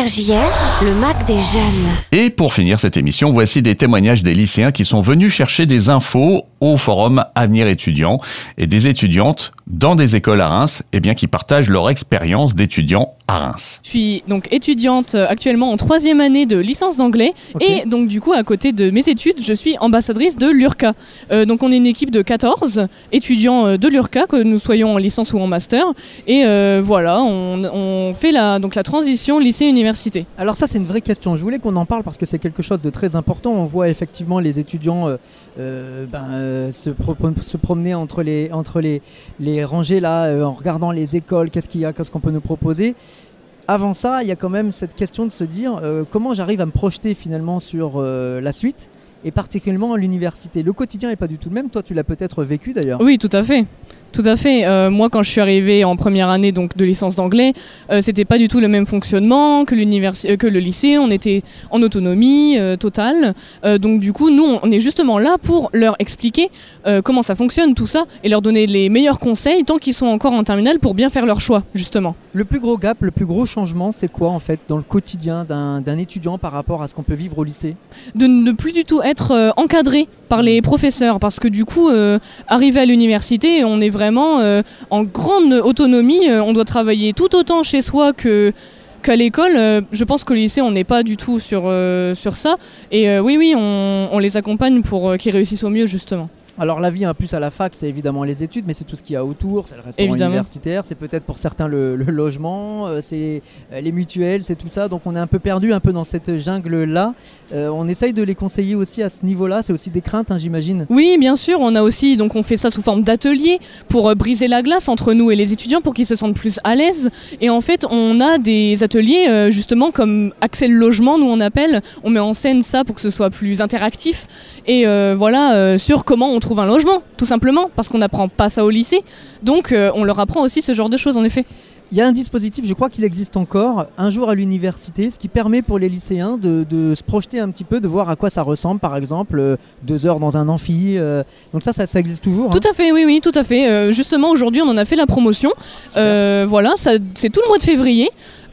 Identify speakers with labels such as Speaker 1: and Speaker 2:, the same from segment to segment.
Speaker 1: RJR, le Mac des jeunes.
Speaker 2: Et pour finir cette émission, voici des témoignages des lycéens qui sont venus chercher des infos au forum Avenir étudiant et des étudiantes dans des écoles à Reims, et bien qui partagent leur expérience d'étudiant à Reims.
Speaker 3: Je suis donc étudiante euh, actuellement en troisième année de licence d'anglais
Speaker 4: Ok.
Speaker 3: et donc du coup à côté de mes études, je suis ambassadrice de l'URCA. Euh, donc on est une équipe de 14 étudiants euh, de l'URCA, que nous soyons en licence ou en master. Et euh, voilà, on, on fait la, donc la transition lycée-université.
Speaker 4: Alors ça c'est une vraie question, je voulais qu'on en parle parce que c'est quelque chose de très important. On voit effectivement les étudiants euh, euh, ben, euh, se, pro- se promener entre les, entre les, les rangées là, euh, en regardant les écoles, qu'est-ce qu'il y a, qu'est-ce qu'on peut nous proposer. Avant ça, il y a quand même cette question de se dire euh, comment j'arrive à me projeter finalement sur euh, la suite et particulièrement l'université. Le quotidien n'est pas du tout le même, toi tu l'as peut-être vécu d'ailleurs.
Speaker 3: Oui, tout à fait. Tout à fait. Euh, moi, quand je suis arrivée en première année donc de licence d'anglais, euh, c'était pas du tout le même fonctionnement que, l'univers- euh, que le lycée. On était en autonomie euh, totale. Euh, donc du coup, nous, on est justement là pour leur expliquer euh, comment ça fonctionne tout ça et leur donner les meilleurs conseils tant qu'ils sont encore en terminale pour bien faire leur choix justement.
Speaker 4: Le plus gros gap, le plus gros changement, c'est quoi en fait dans le quotidien d'un d'un étudiant par rapport à ce qu'on peut vivre au lycée
Speaker 3: de ne plus du tout être euh, encadré par les professeurs parce que du coup euh, arrivé à l'université on est vraiment euh, en grande autonomie euh, on doit travailler tout autant chez soi que qu'à l'école Euh, je pense qu'au lycée on n'est pas du tout sur, euh, sur ça et euh, oui oui on, on les accompagne pour euh, qu'ils réussissent au mieux justement
Speaker 4: Alors la vie, un plus à la fac, c'est évidemment les études, mais c'est tout ce qu'il y a autour, c'est le restaurant
Speaker 3: Évidemment.
Speaker 4: universitaire, c'est peut-être pour certains le, le logement, euh, c'est euh, les mutuelles, c'est tout ça. Donc on est un peu perdu, un peu dans cette jungle-là. Euh, on essaye de les conseiller aussi à ce niveau-là, c'est aussi des craintes, hein, j'imagine.
Speaker 3: Oui, bien sûr, on a aussi, donc on fait ça sous forme d'atelier pour euh, briser la glace entre nous et les étudiants pour qu'ils se sentent plus à l'aise. Et en fait, on a des ateliers euh, justement comme accès le logement, nous on appelle. On met en scène ça pour que ce soit plus interactif. Et euh, voilà, euh, sur comment on trouve un logement, tout simplement, parce qu'on n'apprend pas ça au lycée. Donc euh, on leur apprend aussi ce genre de choses, en effet.
Speaker 4: Il y a un dispositif, je crois qu'il existe encore, un jour à l'université, ce qui permet pour les lycéens de, de se projeter un petit peu, de voir à quoi ça ressemble, par exemple, euh, deux heures dans un amphi. euh, donc ça, ça, ça existe toujours. hein.
Speaker 3: Tout à fait, oui, oui, tout à fait. Euh, justement, aujourd'hui, on en a fait la promotion. Euh, voilà, ça- c'est tout le mois de février.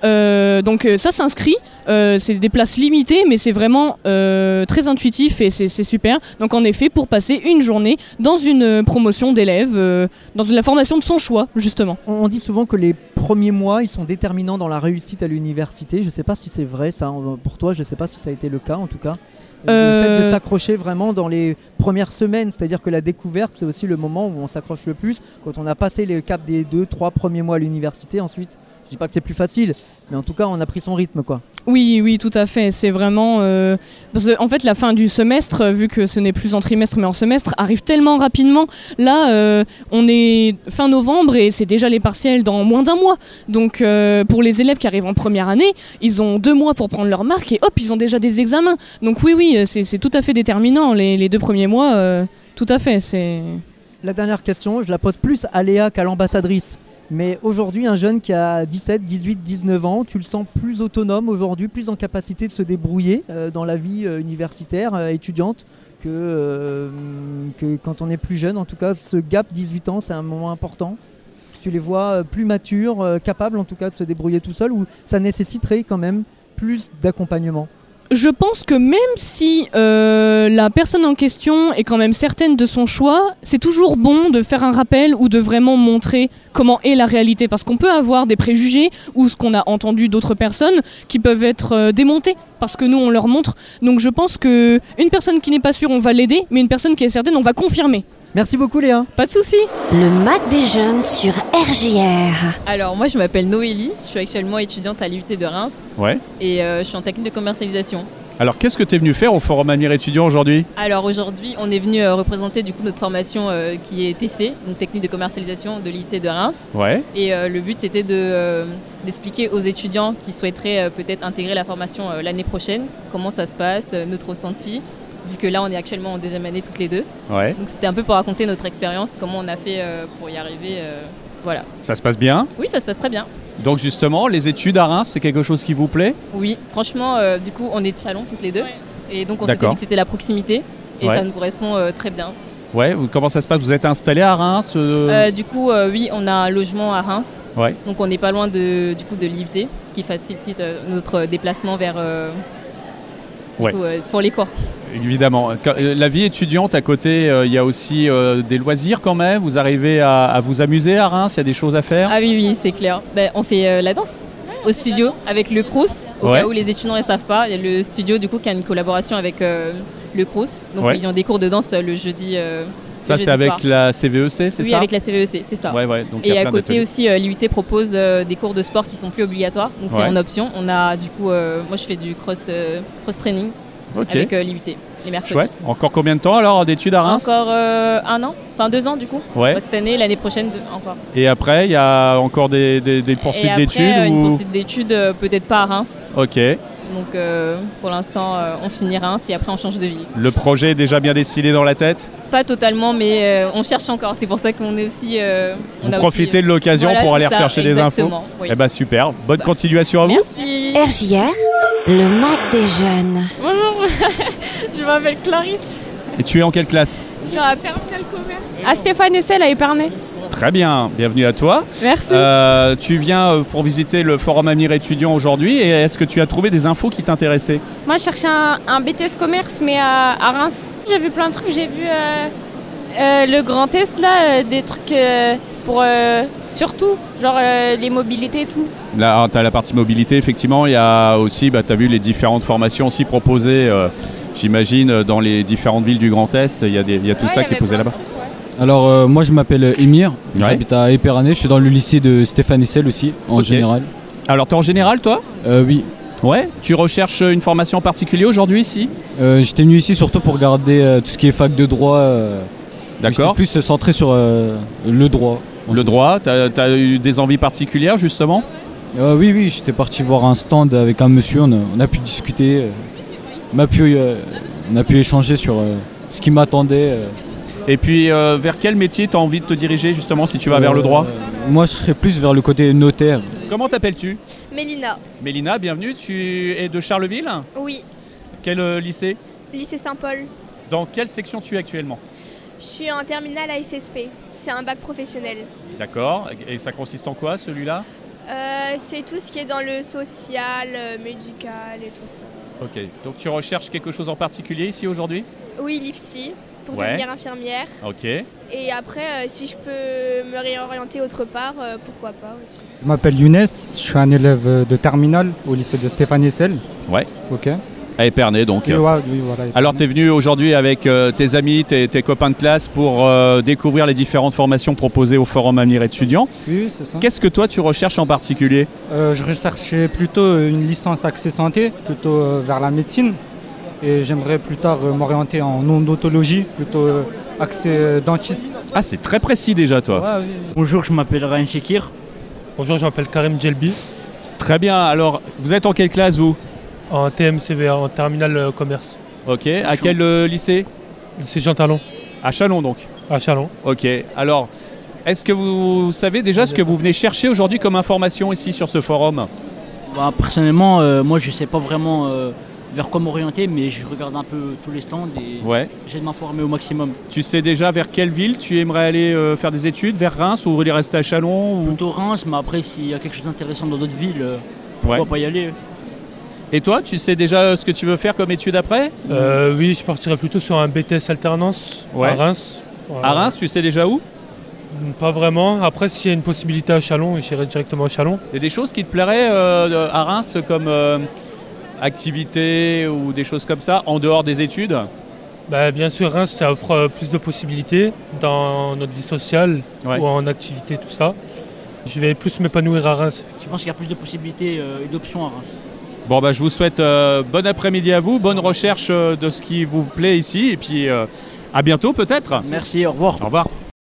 Speaker 3: Euh, donc euh, ça s'inscrit, Euh, c'est des places limitées, mais c'est vraiment euh, très intuitif et c'est c'est super. Donc en effet, pour passer une journée dans une euh, promotion d'élèves, euh, dans la formation de son choix, justement.
Speaker 4: On dit souvent que les premiers mois, ils sont déterminants dans la réussite à l'université. Je ne sais pas si c'est vrai ça euh, pour toi, je ne sais pas si ça a été le cas en tout cas. Le
Speaker 3: Euh,
Speaker 4: fait de s'accrocher vraiment dans les premières semaines, c'est-à-dire que la découverte, c'est aussi le moment où on s'accroche le plus. Quand on a passé le cap des deux, trois premiers mois à l'université, ensuite, je dis pas que c'est plus facile, mais en tout cas, on a pris son rythme quoi.
Speaker 3: Oui, oui, tout à fait. C'est vraiment. euh, Parce que, en fait, la fin du semestre, euh, vu que ce n'est plus en trimestre mais en semestre, arrive tellement rapidement. Là, euh, on est fin novembre et c'est déjà les partiels dans moins d'un mois. Donc, euh, pour les élèves qui arrivent en première année, ils ont deux mois pour prendre leur marque et hop, ils ont déjà des examens. Donc, oui, oui, euh, c'est c'est tout à fait déterminant. Les, les deux premiers mois, euh, tout à fait. C'est.
Speaker 4: La dernière question, je la pose plus à Léa qu'à l'ambassadrice. Mais aujourd'hui, un jeune qui a 17, 18, 19 ans, tu le sens plus autonome aujourd'hui, plus en capacité de se débrouiller euh, dans la vie euh, universitaire, euh, étudiante, que, euh, que quand on est plus jeune. En tout cas, ce gap 18 ans, c'est un moment important. Tu les vois euh, plus matures, euh, capables en tout cas de se débrouiller tout seul, ou ça nécessiterait quand même plus d'accompagnement.
Speaker 3: Je pense que même si euh, la personne en question est quand même certaine de son choix, c'est toujours bon de faire un rappel ou de vraiment montrer comment est la réalité. Parce qu'on peut avoir des préjugés ou ce qu'on a entendu d'autres personnes qui peuvent être euh, démontés parce que nous on leur montre. Donc je pense que une personne qui n'est pas sûre, on va l'aider, mais une personne qui est certaine, on va confirmer.
Speaker 4: Merci beaucoup Léa.
Speaker 3: Pas de souci.
Speaker 1: Le Mac des jeunes sur RJR.
Speaker 5: Alors moi je m'appelle Noélie, je suis actuellement étudiante à l'IUT de Reims
Speaker 6: Ouais.
Speaker 5: et euh, je suis en technique de commercialisation.
Speaker 6: Alors qu'est-ce que tu es venu faire au Forum Avenir étudiant aujourd'hui
Speaker 5: Alors aujourd'hui on est venu euh, représenter du coup notre formation euh, qui est TC, donc technique de commercialisation de l'IUT de Reims.
Speaker 6: Ouais.
Speaker 5: Et euh, le but c'était de, euh, d'expliquer aux étudiants qui souhaiteraient euh, peut-être intégrer la formation euh, l'année prochaine comment ça se passe, euh, notre ressenti, vu que là on est actuellement en deuxième année toutes les deux.
Speaker 6: Ouais.
Speaker 5: Donc c'était un peu pour raconter notre expérience, comment on a fait euh, pour y arriver. euh, voilà.
Speaker 6: Ça se passe bien.
Speaker 5: Oui ça se passe très bien.
Speaker 6: Donc justement, les études à Reims, c'est quelque chose qui vous plaît
Speaker 5: Oui, franchement, euh, du coup, on est de Chalon toutes les deux. Et donc, on s'était
Speaker 6: D'accord.
Speaker 5: dit que c'était la proximité. Et
Speaker 6: Ouais.
Speaker 5: ça nous correspond euh, très bien.
Speaker 6: Ouais, vous- comment ça se passe Vous êtes installé à Reims euh,
Speaker 5: Euh, du coup, euh, oui, on a un logement à Reims.
Speaker 6: Ouais.
Speaker 5: Donc on n'est pas loin de, du coup, de l'IFD, ce qui facilite euh, notre déplacement vers... euh, du
Speaker 6: Ouais.
Speaker 5: coup, euh, pour les cours.
Speaker 6: Évidemment. Quand- euh, La vie étudiante à côté, euh, il y a aussi euh, des loisirs quand même. Vous arrivez à, à vous amuser à Reims, il y a des choses à faire.
Speaker 5: Ah oui, oui, c'est clair. Ben, on fait euh, la danse au studio avec le Crous. Au
Speaker 6: Ah, Ouais.
Speaker 5: cas où les étudiants ne savent pas, il y a le studio du coup qui a une collaboration avec euh, le Crous. Donc
Speaker 6: Ouais.
Speaker 5: ils ont des cours de danse euh, le jeudi. euh, le
Speaker 6: ça, c'est
Speaker 5: jeudi
Speaker 6: avec
Speaker 5: soir.
Speaker 6: la CVEC, c'est
Speaker 5: Oui,
Speaker 6: ça
Speaker 5: avec la CVEC, c'est ça.
Speaker 6: Ouais, ouais, donc il y
Speaker 5: Et
Speaker 6: a
Speaker 5: à
Speaker 6: plein
Speaker 5: côté
Speaker 6: d'ateliers.
Speaker 5: aussi, euh, l'IUT propose euh, des cours de sport qui sont plus obligatoires, donc c'est
Speaker 6: Ouais.
Speaker 5: en option. On a du coup, euh, moi je fais du cross, euh, cross training
Speaker 6: Ok,
Speaker 5: avec euh, l'IUT les mercredis.
Speaker 6: chouette. Encore combien de temps alors d'études à Reims
Speaker 5: Encore euh, un an, enfin deux ans du coup.
Speaker 6: Ouais.
Speaker 5: Cette année, l'année prochaine deux- encore.
Speaker 6: Et après, il y a encore des, des- des
Speaker 5: Et
Speaker 6: poursuites
Speaker 5: après,
Speaker 6: d'études
Speaker 5: euh, Une
Speaker 6: ou...
Speaker 5: poursuite d'études, euh, peut-être pas à Reims.
Speaker 6: Ok,
Speaker 5: Donc euh, pour l'instant, euh, on finit Reims et après on change de ville.
Speaker 6: le projet est déjà bien dessiné dans la tête.
Speaker 5: Pas totalement, mais euh, on cherche encore. C'est pour ça qu'on est aussi. euh, on
Speaker 6: Vous
Speaker 5: a
Speaker 6: profitez
Speaker 5: aussi-
Speaker 6: de l'occasion
Speaker 5: Voilà,
Speaker 6: pour
Speaker 5: c'est
Speaker 6: aller
Speaker 5: ça,
Speaker 6: rechercher des infos.
Speaker 5: exactement, oui. Bah,
Speaker 6: Eh ben super, bonne continuation à vous.
Speaker 1: Eh
Speaker 5: Merci.
Speaker 1: RJR, le Mac des jeunes.
Speaker 7: Bonjour, je m'appelle Clarisse,
Speaker 6: Et tu es en quelle classe
Speaker 7: je suis à Terminal Commerce. À Stéphane Essel à Épernay.
Speaker 6: Très bien, bienvenue à toi.
Speaker 7: Merci.
Speaker 6: Euh, tu viens euh, pour visiter le forum Avenir étudiant aujourd'hui et est-ce que tu as trouvé des infos qui t'intéressaient
Speaker 7: Moi, je cherchais un, un BTS commerce, mais à, à Reims. J'ai vu plein de trucs, j'ai vu euh, euh, le grand test là, euh, des trucs euh, pour. euh, surtout, genre euh, les mobilités et tout.
Speaker 6: Là, tu as la partie mobilité, effectivement. Il y a aussi, bah, tu as vu les différentes formations aussi proposées, euh, j'imagine, euh, dans les différentes villes du Grand Est. Il y a, des- il y a tout ça qui est posé là-bas.
Speaker 8: Alors euh, moi je m'appelle euh, Emir,
Speaker 6: Ouais.
Speaker 8: j'habite à Épernay, je suis dans le lycée de Stéphane Essel aussi en
Speaker 6: Ok.
Speaker 8: général.
Speaker 6: Alors, tu en général, toi
Speaker 8: Euh, oui,
Speaker 6: Ouais. Tu recherches euh, une formation en particulier aujourd'hui ici
Speaker 8: Euh, j'étais venu ici surtout pour regarder euh, tout ce qui est fac de droit. euh, mais
Speaker 6: D'accord.
Speaker 8: j'étais plus centré sur euh, le droit. en
Speaker 6: Le
Speaker 8: général.
Speaker 6: droit, tu as, eu des envies particulières, justement
Speaker 8: Euh, Oui oui, j'étais parti voir un stand avec un monsieur, on a, on a pu discuter, euh, on, a pu, euh, on a pu échanger sur euh, ce qui m'attendait. euh.
Speaker 6: Et puis, euh, vers quel métier tu as envie de te diriger, justement, si tu vas vers
Speaker 8: Euh,
Speaker 6: le droit
Speaker 8: Moi je serais plus vers le côté notaire.
Speaker 6: Comment t'appelles-tu
Speaker 9: Mélina,
Speaker 6: Mélina, bienvenue. Tu es de Charleville
Speaker 9: oui,
Speaker 6: Quel euh, lycée
Speaker 9: lycée Saint-Paul.
Speaker 6: Dans quelle section tu es actuellement
Speaker 9: Je suis en terminale à SSP, c'est un bac professionnel.
Speaker 6: D'accord. Et ça consiste en quoi, celui-là
Speaker 9: Euh, c'est tout ce qui est dans le social, euh, médical et tout ça.
Speaker 6: Ok. Donc tu recherches quelque chose en particulier ici aujourd'hui
Speaker 9: Oui, l'IFSI, pour
Speaker 6: Ouais.
Speaker 9: devenir infirmière.
Speaker 6: Ok.
Speaker 9: Et après, euh, si je peux me réorienter autre part, euh, pourquoi pas aussi.
Speaker 10: Je m'appelle Younes, je suis un élève de terminale au lycée de Stéphane Essel.
Speaker 6: Ouais.
Speaker 10: Ok.
Speaker 6: À Épernay, donc.
Speaker 10: Et ouais, oui, voilà.
Speaker 6: Alors tu es venu aujourd'hui avec euh, tes amis, tes, tes copains de classe pour euh, découvrir les différentes formations proposées au Forum Avenir étudiant.
Speaker 10: Oui, oui, c'est ça.
Speaker 6: Qu'est-ce que toi tu recherches en particulier
Speaker 10: Euh, je recherchais plutôt une licence accès santé, plutôt euh, vers la médecine. Et j'aimerais plus tard euh, m'orienter en odontologie, plutôt euh, accès euh, dentiste.
Speaker 6: Ah c'est très précis déjà toi.
Speaker 10: Ouais, oui.
Speaker 11: Bonjour, je m'appelle Ryan Shekir. Bonjour, je m'appelle Karim Djelbi,
Speaker 6: Très bien, alors vous êtes en quelle classe vous
Speaker 11: en TMCVA, en terminale euh, commerce.
Speaker 6: Ok. À quel euh, lycée
Speaker 11: C'est Jean Talon,
Speaker 6: À Chalon donc.
Speaker 11: à Chalon.
Speaker 6: Ok. Alors, est-ce que vous savez déjà ce que vous venez chercher aujourd'hui comme information ici sur ce forum
Speaker 11: Bah, personnellement, euh, moi, je sais pas vraiment euh, vers quoi m'orienter, mais je regarde un peu tous les stands et
Speaker 6: Ouais.
Speaker 11: j'essaie de m'informer au maximum.
Speaker 6: Tu sais déjà vers quelle ville tu aimerais aller euh, faire des études Vers Reims ou aller rester à Chalon ou-
Speaker 11: Plutôt Reims, mais après, s'il y a quelque chose d'intéressant dans d'autres villes, euh,
Speaker 6: Ouais.
Speaker 11: pourquoi pas y aller
Speaker 6: Et toi, tu sais déjà euh, ce que tu veux faire comme étude après
Speaker 11: Euh, Oui, je partirais plutôt sur un BTS alternance
Speaker 6: Ouais. à
Speaker 11: Reims.
Speaker 6: À Reims, tu sais déjà où
Speaker 11: Pas vraiment. Après, s'il y a une possibilité à Chalon, j'irai directement à Chalon.
Speaker 6: Il y a des choses qui te plairaient euh, à Reims comme euh, activité ou des choses comme ça en dehors des études
Speaker 11: Bah, bien sûr, Reims, ça offre euh, plus de possibilités dans notre vie sociale
Speaker 6: Ouais.
Speaker 11: ou en activité, tout ça. Je vais plus m'épanouir à Reims, effectivement.
Speaker 7: pense qu'il y a plus de possibilités euh, et d'options à Reims.
Speaker 6: Bon, bah, je vous souhaite euh, bon après-midi à vous, bonne recherche euh, de ce qui vous plaît ici et puis euh, à bientôt peut-être.
Speaker 7: Merci, au revoir.
Speaker 6: Au revoir.